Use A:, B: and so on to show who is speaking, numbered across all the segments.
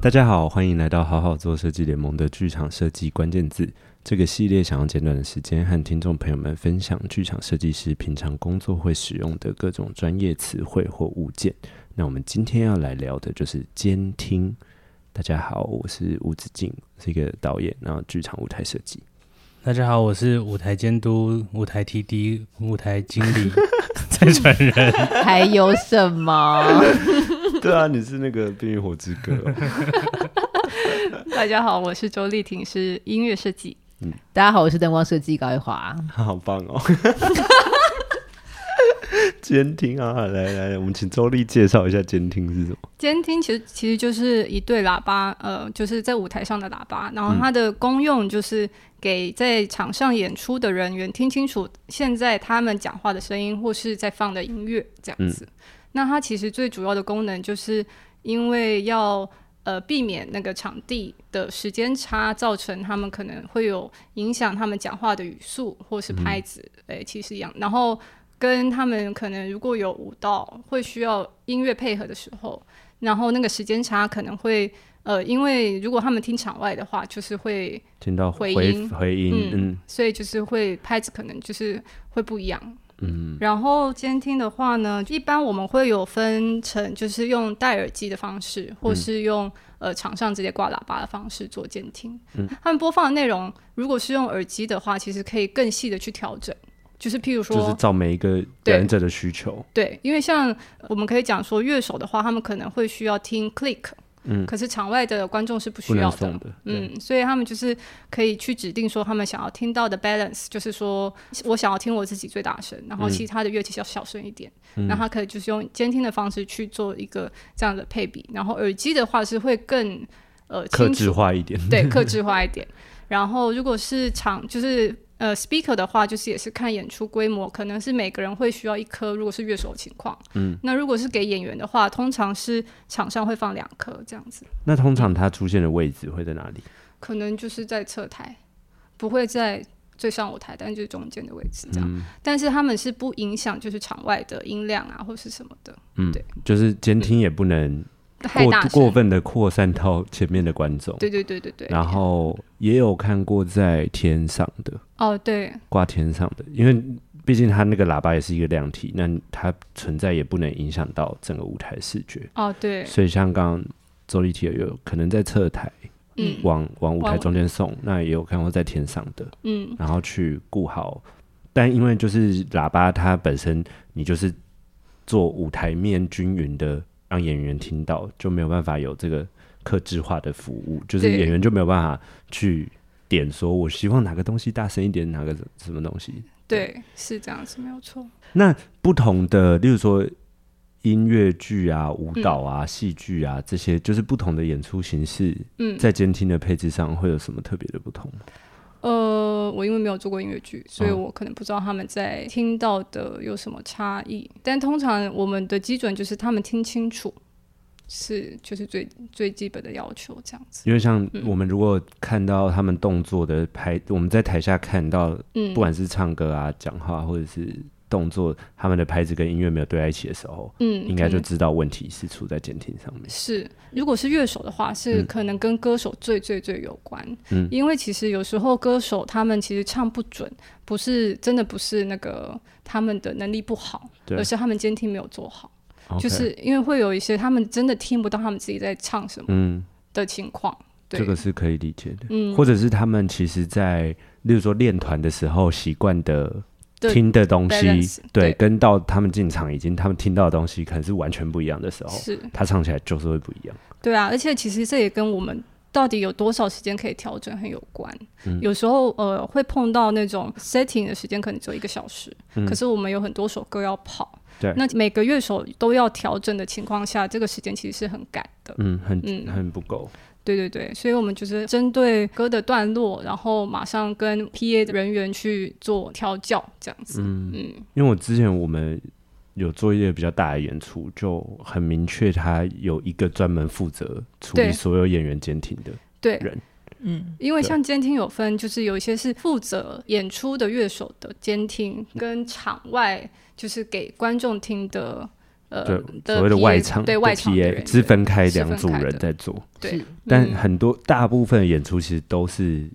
A: 大家好，欢迎来到好好做设计联盟的剧场设计关键字这个系列，想要简短的时间和听众朋友们分享剧场设计师平常工作会使用的各种专业词汇或物件。那我们今天要来聊的就是监听。大家好，我是吴子敬，是一个导演，然后剧场舞台设计。
B: 大家好，我是舞台监督、舞台 TD、舞台经理 蔡传人。
C: 还有什么？
A: 对啊，你是那个《冰与火之歌》哦，
D: 大家好，我是周丽婷，是音乐设计。
C: 大家好，我是灯光设计高一华。
A: 好棒哦！ 监听啊，来来来，我们请周丽介绍一下监听是什么。
D: 监听其实其实就是一对喇叭，呃，就是在舞台上的喇叭，然后它的功用就是给在场上演出的人员听清楚现在他们讲话的声音或是在放的音乐这样子。那它其实最主要的功能就是因为要呃避免那个场地的时间差造成他们可能会有影响他们讲话的语速或是拍子，诶、其实一样。然后跟他们可能如果有舞蹈会需要音乐配合的时候，然后那个时间差可能会，呃，因为如果他们听场外的话，就是会，
A: 听到回
D: 回音
A: 回音，嗯
D: 所以就是会拍子可能就是会不一样。
A: 嗯
D: 然后监听的话呢，一般我们会有分成，就是用戴耳机的方式，或
A: 嗯
D: 是用、呃场上直接挂喇叭的方式做监听。
A: 嗯
D: 他们播放的内容，如果是用耳机的话，其实可以更细的去调整，就是譬如说，
A: 就是照每一个表演者的需求，
D: 对，因为像呃我们可以讲说乐手的话，他们可能会需要听 click，
A: 嗯
D: 可是场外的观众是不
A: 不
D: 需
A: 能
D: 要
A: 送的，对，
D: 嗯，所以他们就是可以去指定说他们想要听到的 balance，就是说我想要听我自己最大声，然
A: 嗯
D: 后其他的乐器要小声一点。那他可以就是用监听的方式去做一个这样的配比，然后耳机的话是会更呃
A: 克
D: 清
A: 制
D: 楚，
A: 化一点，
D: 对，克制化一点。然后如果是场就是呃 speaker 的话，就是也是看演出规模，可能是每个人会需要一颗，如果是乐手的情况，嗯，那如果是给演员的话，通常是场上会放两颗这样子。
A: 那通常它出现的位置会在哪里？
D: 可能就是在侧台，不会在最上舞台，但就是中间的位置这样。
A: 嗯
D: 但是他们是不影响就是场外的音量啊，或是什么的，
A: 嗯就是监听也不能
D: 太
A: 过
D: 大
A: 过
D: 声。
A: 分的扩散到前面的观众。
D: 对对对对对。
A: 然后也有看过在天上的
D: 哦，对
A: 挂天上的，因为毕竟它那个喇叭也是一个量体，那它存在也不能影响到整个舞台视觉。
D: 哦对，
A: 所以像刚刚周丽铁有可能在侧台
D: 嗯
A: 往往舞台
D: 往
A: 中间送，那也有看过在天上的，
D: 嗯
A: 然后去顾好。但因为就是喇叭它本身，你就是做舞台面均匀的，让演员听到，就没有办法有这个克制化的服务，就是
D: 对
A: 演员就没有办法去点说，我希望哪个东西大声一点，哪个什么东西。
D: 对，是这样子没有错。
A: 那不同的，例如说音乐剧啊、舞蹈啊、戏剧啊这些，就是不同的演出形式，
D: 嗯
A: 在监听的配置上会有什么特别的不同吗？
D: 呃，我因为没有做过音乐剧，所以
A: 嗯
D: 我可能不知道他们在听到的有什么差异。但通常我们的基准就是他们听清楚，是就是最最基本的要求这样子。
A: 因为像
D: 嗯
A: 我们如果看到他们动作的拍，我们在台下看到，
D: 嗯，
A: 不管是唱歌啊、讲话或者是动作，他们的拍子跟音乐没有对在一起的时候，
D: 嗯，
A: 应该
D: 可
A: 就
D: 能
A: 知道问题是出在监听上面。
D: 是，如果是乐手的话，是可能跟歌手最最最有关。
A: 嗯
D: 因为其实有时候歌手他们其实唱不准，不是真的不是那个他们的能力不好，
A: 对
D: 而是他们监听没有做好。
A: OK，
D: 就是因为会有一些他们真的听不到他们自己在唱什么
A: 嗯，
D: 的情况。对，
A: 这个是可以理解的。
D: 嗯，
A: 或者是他们其实在，例如说练团的时候习惯的
D: 对
A: 听的东西
D: balance，，
A: 对，
D: 对
A: 跟到他们进场已经他们听到的东西可能是完全不一样的时候，
D: 是
A: 他唱起来就是会不一样。
D: 对啊，而且其实这也跟我们到底有多少时间可以调整很有关。
A: 嗯
D: 有时候呃会碰到那种 setting 的时间可能只有一个小时，可是我们有很多首歌要跑。
A: 嗯对
D: 那每个乐手都要调整的情况下，这个时间其实是很赶的。
A: 嗯，很
D: 嗯
A: 很不够。
D: 对对对，所以我们就是针对歌的段落，然后马上跟 PA 的人员去做调教，这样子。嗯
A: 因为我之前我们有做一个比较大的演出，就很明确，他有一个专门负责处理
D: 对
A: 所有演员监听的。
D: 对
A: 人。
C: 嗯，
D: 因为
A: 对
D: 像监听有分，就是有一些是负责演
A: 嗯
D: 出的乐手的监听，跟场外就是给观众听的呃
A: 就
D: 的
A: 所谓的
D: PA
A: 外场
D: 对外场的
A: PA
D: 人
A: 是分开
D: 是
A: 两
D: 分
A: 组
D: 开
A: 人
D: 的
A: 在做，
D: 对
C: 是，
A: 但
D: 嗯
A: 很多大部分的演出其实都是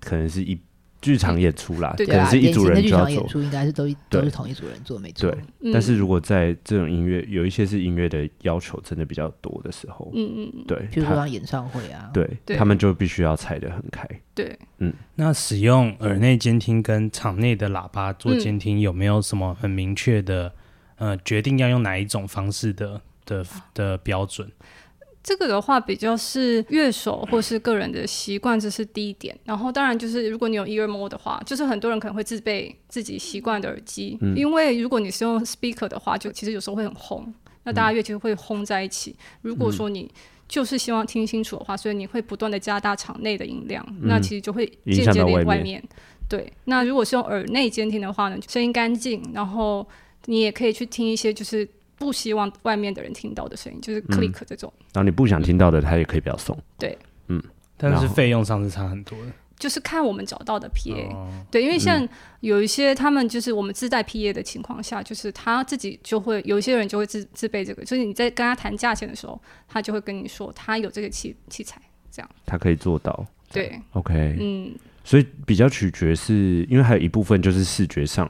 A: 可能是一剧场演出啦，
D: 对
A: 可
D: 对
A: 能
D: 啊
A: 是一
C: 典
A: 组
C: 型
A: 人
C: 的
A: 就
C: 剧
A: 要
C: 场
A: 做
C: 演。出应该是都一
A: 对
C: 都是同一组人做，没错
A: 对。
D: 嗯
A: 但是如果在这种音乐有一些是音乐的要求真的比较多的时候，
D: 嗯嗯嗯，
A: 对
C: 譬如说
A: 他
C: 像演唱会啊，
A: 对
D: 对
A: 他们就必须要踩得很开。
D: 对，
B: 那使用耳内监听跟场内的喇叭做
D: 嗯
B: 监听，有没有什么很明确的呃决定要用哪一种方式的的的标准？
D: 这个的话比较是乐手或是个人的习惯，这是第一点。然后当然就是如果你有 ear m o 的话，就是很多人可能会自备自己习惯的耳机，因为如果你是用 speaker 的话，就其实有时候会很轰，那大家乐器会轰在一起。如果说你就是希望听清楚的话，所以你会不断的加大场内的音量，那其实就会
A: 影
D: 间
A: 响
D: 接
A: 到
D: 的
A: 外面
D: 外面。对，那如果是用耳内监听的话呢，声音干净，然后你也可以去听一些就是不希望外面的人听到的声音，就是 click 这种。
A: 然后你不想听到的，他也可以不要送。
B: 但是
A: 然后
B: 费用上是差很多的。
D: 就是看我们找到的 PA，、
B: 哦
D: 对，因为
A: 嗯
D: 像有一些他们就是我们自带 PA 的情况下，就是他自己就会有一些人就会自自备这个，就是你在跟他谈价钱的时候，他就会跟你说他有这个器器材，
A: 他可以做到。
D: 对，
A: OK，、
D: 嗯，
A: 所以比较取决是因为还有一部分就是视觉上，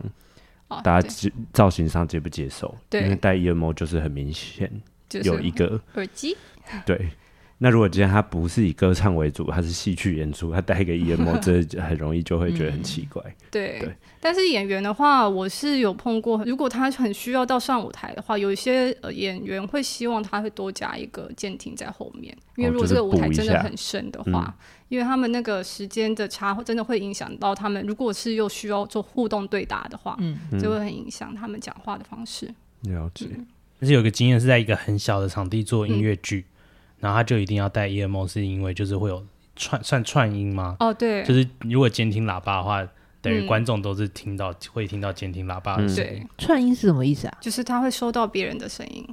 D: 哦，
A: 大家
D: 对
A: 接造型上接不接受？
D: 对
A: 因为戴 EMO 就是很明显
D: 就是
A: 有一个
D: 耳机，
A: 对。那如果今天他不是以歌唱为主，他是戏剧演出，他戴一个 EMO，这就很容易就会觉得很奇怪。
D: 对。
A: 对
D: 但是演员的话，我是有碰过，如果他很需要到上舞台的话，有一些呃演员会希望他会多加一个监听在后面，因为
A: 哦
D: 如果
A: 就是
D: 这个舞台
A: 补一
D: 真的
A: 下嗯
D: 很深的话，因为他们那个时间的差，真的会影响到他们。如果是又需要做互动对答的话，
C: 嗯，
D: 就会很影响他们讲话的方式。
A: 了解，
D: 嗯
B: 但是有个经验是在一个很小的场地做音乐剧，然后他就一定要带 EMO，是因为就是会有串算串音吗？
D: 哦，对，
B: 就是如果监听喇叭的话，等于
D: 嗯
B: 观众都是听到、会听到监听喇叭的声音。
A: 嗯
D: 对，
C: 串音是什么意思啊？
D: 就是他会收到别人的声音，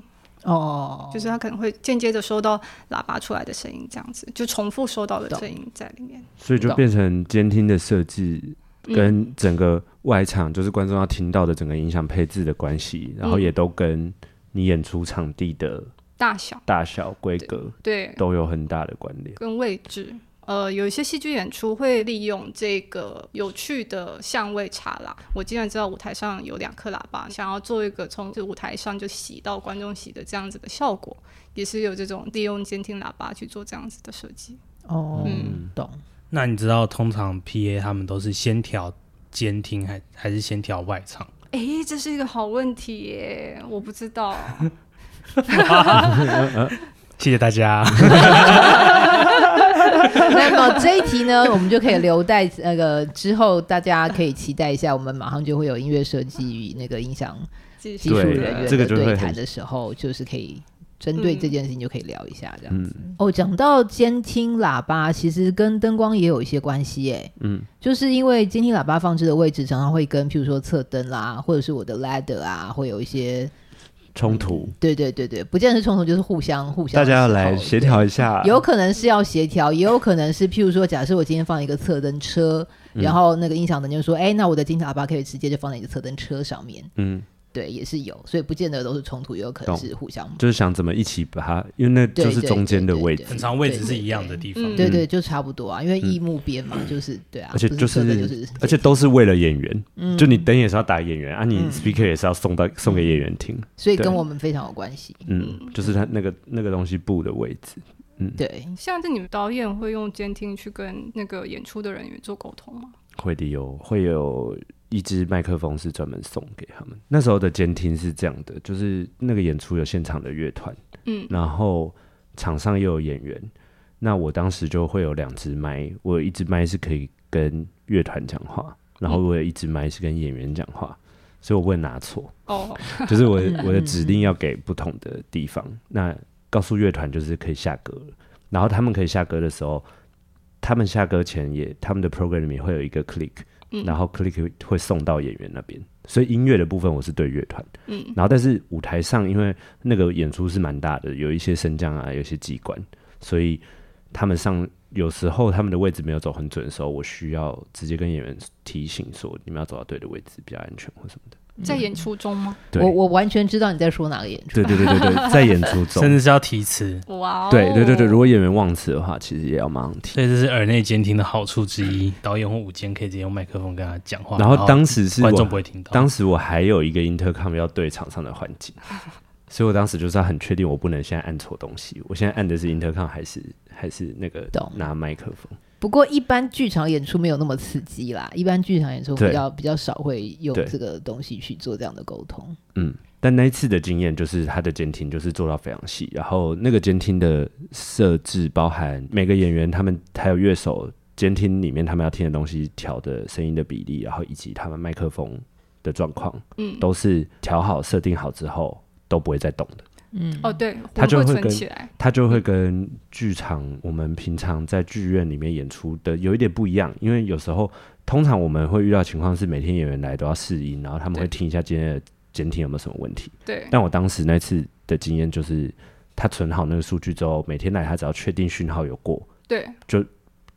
C: 哦哦，
D: 就是他可能会间接的收到喇叭出来的声音，这样子就重复收到的声音在里面。
A: 所以就
C: 懂
A: 变成监听的设计
D: 嗯
A: 跟整个外场，就是观众要听到的整个音响配置的关系，然后
D: 嗯
A: 也都跟你演出场地的
D: 大小，
A: 大小、规格
D: 对，
A: 都有很大的关联。
D: 跟位置。呃，有一些戏剧演出会利用这个有趣的相位差啦。我竟然知道舞台上有两颗喇叭，想要做一个从舞台上就洗到观众席的这样子的效果，也是有这种利用监听喇叭去做这样子的设计。
C: 哦，
D: 嗯
C: 懂。
B: 那你知道通常 PA 他们都是先调监听还还是先调外场？
D: 诶，这是一个好问题耶，我不 知道。
B: 谢谢大家。
C: 那么这一题呢，我们就可以留待呃那个之后，大家可以期待一下，我们马上就会有音乐设计与那个音响
D: 技
C: 技
D: 术
C: 术
A: 对
C: 人
D: 人
C: 员
A: 这个
C: 的
A: 就会
C: 对
A: 很
C: 谈的时候，就是可以针对这件事情就可以聊一下这样子。
A: 嗯
C: 嗯哦，讲到监听喇叭，其实跟灯光也有一些关系耶。
A: 嗯，
C: 就是因为监听喇叭放置的位置常常会跟譬如说侧灯啦，或者是我的 ladder 啊，会有一些
A: 冲突，
C: 对对对对，不见得是冲突，就是互相互相
A: 大
C: 的时候。
A: 家要来协
C: 对
A: 调一下。
C: 有可能是要协调，也有可能是，譬如说，假设我今天放一个侧灯车，
A: 嗯
C: 然后那个音响的就说，哎、那我的金喇叭可以直接就放在你的侧灯车上面，
A: 嗯，
C: 对，也是有，所以不见得都是冲突，也有可能
A: 懂
C: 是互相。
A: 就是想怎么一起把它，因为那
C: 对
A: 就是
C: 对
A: 中间的
C: 对对
A: 位置
C: 对，
B: 很长位置是一样的地方。
D: 嗯
C: 对对，就差不多啊，因为异幕边嘛，就是对啊，
A: 嗯而且
C: 不
A: 就是是
C: 侧灯就是，
A: 而且都是为了演员，
C: 嗯
A: 就你灯也是要打演员啊，你 speaker 也是要送到送给演员听，
C: 所以跟
A: 对
C: 我们非常有关系。
A: 嗯，就是他那个那个东西布的位置，
C: 对，
D: 像是你们导演会用监听去跟那个演出的人员做沟通吗？
A: 会的有会有一支麦克风是专门送给他们。那时候的监听是这样的，就是那个演出有现场的乐团，
D: 嗯
A: 然后场上又有演员，那我当时就会有两支麦，我有一支麦是可以跟乐团讲话，然后我有一支麦是跟演员讲话，所以我不会拿错。
D: 哦，
A: 就是我的我的指令要给不同的地方，那告诉乐团就是可以下歌了，然后他们可以下歌的时候，他们下歌前也他们的 program 里面会有一个 click，、
D: 嗯
A: 然后 click 会送到演员那边，所以音乐的部分我是对乐团，
D: 嗯
A: 然后但是舞台上因为那个演出是蛮大的，有一些升降啊，有一些机关，所以他们上。有时候他们的位置没有走很准的时候，我需要直接跟演员提醒说，你们要走到对的位置，比较安全或什么的。
D: 在演出中吗？
A: 对
C: 我我完全知道你在说哪个演出
A: 对。对对对对，在演出中
B: 甚，至是要提词，
D: 哇哦！
A: 对对对对，如果演员忘词的话，其实也要马上提。
B: 所以这是耳内监听的好处之一。导演或舞监可以直接用麦克风跟他讲话，
A: 嗯然后当时是
B: 观
A: 我
B: 众不会听到。
A: 当时我还有一个 intercom 要对场上的环境，所以我当时就是要很确定我不能现在按错东西。我现在按的是 intercom 还是还是那个
C: 懂
A: 拿麦克风？
C: 不过一般剧场演出没有那么刺激啦，一般剧场演出
A: 对
C: 比较比较少会用
A: 对
C: 这个东西去做这样的沟通。
A: 嗯，但那一次的经验就是他的监听就是做到非常细，然后那个监听的设置包含每个演员他们还有乐手监听里面他们要听的东西调的声音的比例，然后以及他们麦克风的状况
D: 嗯，
A: 都是调好设定好之后都不会再动的。
C: 嗯，
D: 哦，对，
A: 他就
D: 会
A: 会
D: 存
A: 跟
D: 起来，
A: 它就会跟剧场我们平常在剧院里面演出的有一点不一样，因为有时候通常我们会遇到情况是每天演员来都要试音，然后他们
D: 对
A: 会听一下今天的监听有没有什么问题。
D: 对，
A: 但我当时那次的经验就是，他存好那个数据之后，每天来他只要确定讯号有过，
D: 对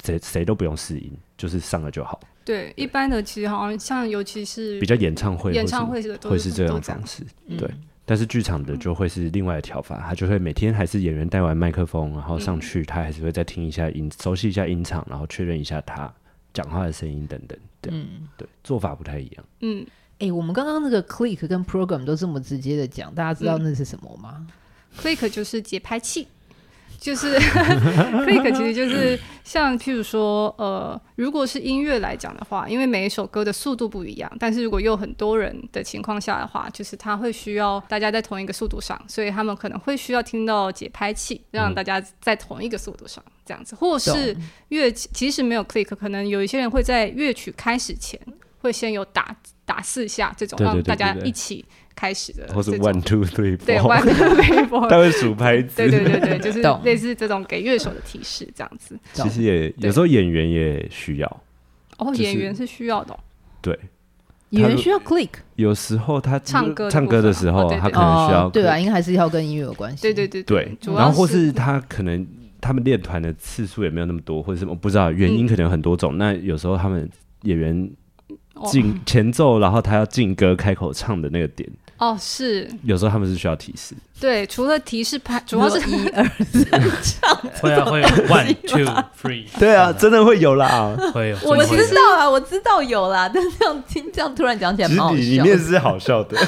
A: 谁谁都不用试音，就是上了就好。
D: 对，一般的其实好像像尤其是
A: 比较演唱会
D: 演唱
A: 或
D: 会的
A: 是
D: 都
A: 会是这
D: 都
A: 样
D: 这
A: 方式，对。
D: 嗯
A: 但是剧场的就会是另外的调法，他就会每天还是演员带完麦克风，然后
D: 嗯
A: 上去，他还是会再听一下音，熟悉一下音场，然后确认一下他讲话的声音等等。对，对，做法不太一样。
D: 嗯，
C: 哎、我们刚刚那个 click 跟 program 都这么直接的讲，大家知道
D: 嗯
C: 那是什么吗？
D: click 就是节拍器，就是 click 其实就是像譬如说，呃，如果是音乐来讲的话，因为每一首歌的速度不一样，但是如果有很多人的情况下的话，就是他会需要大家在同一个速度上，所以他们可能会需要听到节拍器，
A: 嗯
D: 让大家在同一个速度上。这样子，或是乐器，即使没有 click，可能有一些人会在乐曲开始前会先有打打四下这种，
A: 对对
D: 让
A: 对
D: 大家
A: 对对
D: 一起开始呃的这种，
A: 或是 one two three
D: 对
A: four，
D: one two three four，
A: 他会数拍子。
D: 对对对对，就是
C: 懂
D: 类似这种给乐手的提示这样子。
A: 其实也有时候演员也需要，
D: 哦，
A: 就是
D: 演员是需要的哦、
A: 对，
C: 演员需要 click
A: 有时候他
D: 唱歌的
A: 唱歌的时
D: 部
A: 候，
D: 分哦对对
A: 他可能需要
C: 对啊，应该还是要跟音乐有关系。
D: 对对对
A: 对，
D: 主
A: 嗯然
D: 要
A: 后或
D: 是
A: 是他可能他们练团的次数也没有那么多，或者什么不知道原因
D: 嗯
A: 可能有很多种。那有时候他们演员
D: 哦
A: 进前奏，然后他要进歌开口唱的那个点，
D: 哦，是
A: 有时候他们是需要提示。
D: 对，除了提示拍，主要是
C: 一二
B: 会 啊会有 one two three，
A: 对啊，真的会有 啦。
B: 会有。
C: 我
B: 真的会有
C: 知道啊，我知道有啦， 但这样听这样突然讲起来蛮好笑。
A: 是好笑的，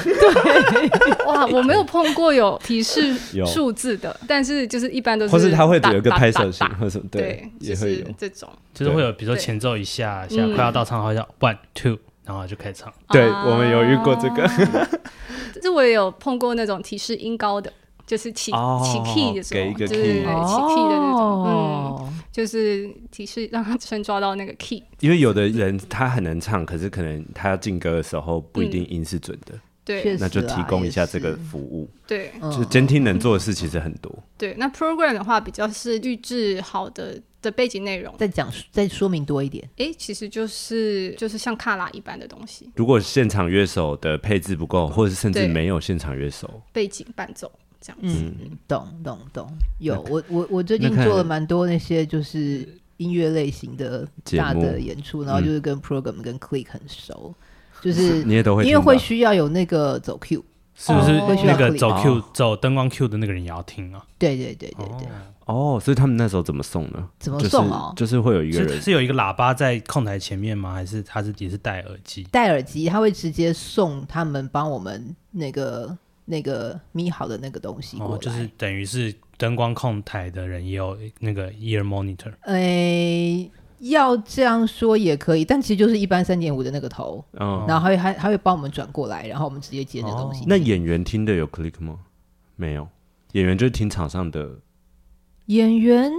D: 哇，我没有碰过有提示
A: 有
D: 数字的，但是就是一般都是
A: 或是他会
D: 打
A: 有一个
D: 打
A: 拍
D: 打
A: 手型
D: 打
A: 或什么，
D: 对，
A: 也
D: 就
A: 会
D: 是
A: 有。
D: 这种。
B: 就是会有，比如说
D: 对
B: 前奏一下，一下
D: 嗯
B: 快要到唱好像 one two，然后就开始唱。
A: 对我们有遇过这个
D: 啊，这我也有碰过那种提示音高的。就是起
A: 哦
D: 起 key 的时候，
A: 给一个
D: 就是
A: key
D: 对起 key 的那
C: 哦
D: 种，嗯，就是提示让他先抓到那个 key，
A: 因为有的人他很能唱，可是可能他要进歌的时候不一
D: 嗯
A: 定音是准的，
C: 确
D: 对
C: 实
A: 那就
C: 啊
A: 提供一下
C: 也是嗯
A: 这个服务。
D: 对
A: 就是监听能做的事其实很多。
D: 对。那 program 的话，比较是预制好的的背景内容，
C: 再讲再说明多一点。
D: 诶，其实就是就是像卡拉一般的东西，
A: 如果现场乐手的配置不够，或者是甚至
D: 对
A: 没有现场乐手，
D: 背景伴奏这样子。
C: 嗯，懂懂懂。有我我我最近
A: 那看
C: 做了蛮多那些就是音乐类型的
A: 节
C: 大的
A: 目
C: 演出，然后就是跟 program 跟 click 很熟，就是
A: 嗯你也都会
C: 因
A: 听
C: 为
A: 到，
C: 会需要有那个走 Q。
B: 是不是
D: 哦
B: 那个
C: 会需
B: 走
C: 要
B: Q 走灯光 Q 的那个人也要听啊？
C: 对对对对对，
A: 哦，所以他们那时候怎么送呢？
C: 怎么
A: 就是
C: 送哦？
A: 就是会有一个
B: 是
A: 人
B: 是有一个喇叭在控台前面吗？还是他是也是戴耳机？
C: 戴耳机，他会直接送他们帮我们那个那个咪好的那个东西过来。
B: 哦，就是等于是灯光控台的人也有那个 ear monitor，
C: 诶、要这样说也可以，但其实就是一般三点五的那个头，
A: 嗯，
C: 然后还还还会帮我们转过来，然后我们直接接那东西。
A: 哦那演员听的有 click 吗？没有，演员就是听场上的
C: 演员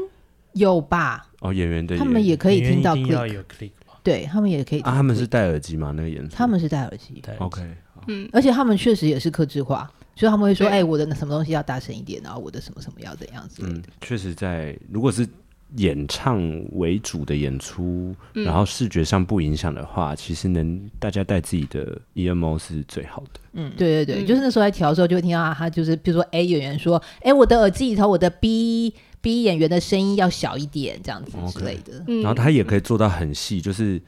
C: 有吧？
A: 哦，演员的
C: 他们也可以听到
B: 因为一定要
C: click，
B: 有 click 吧？
C: 对他们也可以听
A: 啊，他们
C: click
A: 是戴耳机吗？那个演员
C: 他们是戴耳机，
B: 对
A: OK，
D: 嗯，
C: 而且他们确实也是克制化，所以他们会说：“
D: 对
C: 哎、我的什么东西要大声一点，然后我的什么什么要怎样子。
A: 嗯，确实在如果是演唱为主的演出，
D: 嗯
A: 然后视觉上不影响的话，其实能大家带自己的 EMO 是最好的。
C: 对对对，
D: 嗯
C: 就是那时候在调的时候，就会听到他就是，比如说 A 演员说：“哎，我的耳机里头我的 B B 演员的声音要小一点，这样子
A: 哦 OK
C: 之类的。
D: 嗯
A: 然后他也可以做到很细，就是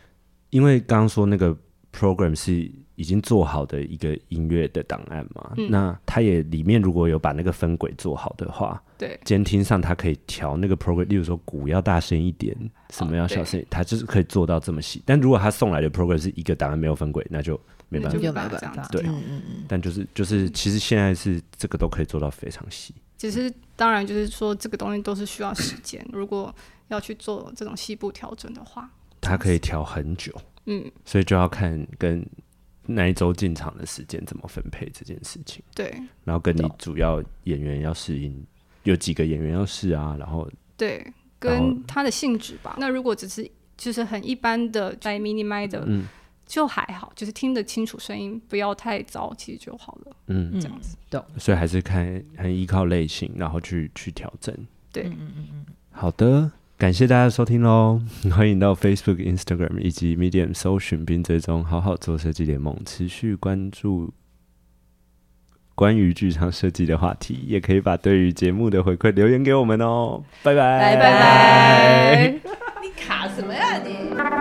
A: 因为刚刚说那个 program 是已经做好的一个音乐的档案嘛。
D: 嗯
A: 那它也里面如果有把那个分轨做好的话，
D: 对，
A: 监听上它可以调那个 program，例如说鼓要大声一点，什么要小声一点，它就是可以做到这么细。但如果它送来的 program 是一个档案没有分轨，那就没办
D: 那
A: 法
D: 就。
C: 就
D: 没
C: 没
D: 办法
C: 办
D: 这
C: 法
D: 样。
A: 对
C: 嗯嗯嗯，
A: 但就是就是，其实现在是这个都可以做到非常细。
D: 只是当然就是说这个东西都是需要时间，如果要去做这种细部调整的话，
A: 它可以调很久，
D: 嗯，
A: 所以就要看跟那一周进场的时间怎么分配这件事情，
D: 对
A: 然后跟你
D: 懂
A: 主要演员要适应，有几个演员要试啊，然后
D: 对，
A: 然后
D: 跟它的性质吧。那如果只是就是很一般的在 mini m i 的，
A: 嗯
D: 就还好，就是听得清楚声音，不要太糟，其实就好了，
A: 嗯，
D: 这样子。
A: 所以还是看很依靠类型，然后去去调整。
D: 对嗯
A: 嗯嗯。好的，感谢大家的收听喽！ 欢迎到 Facebook、Instagram 以及 Medium 搜寻并追踪“好好做设计联盟”，持续关注关于剧场设计的话题，也可以把对于节目的回馈留言给我们哦。拜拜，
C: 拜拜。你卡什么呀你？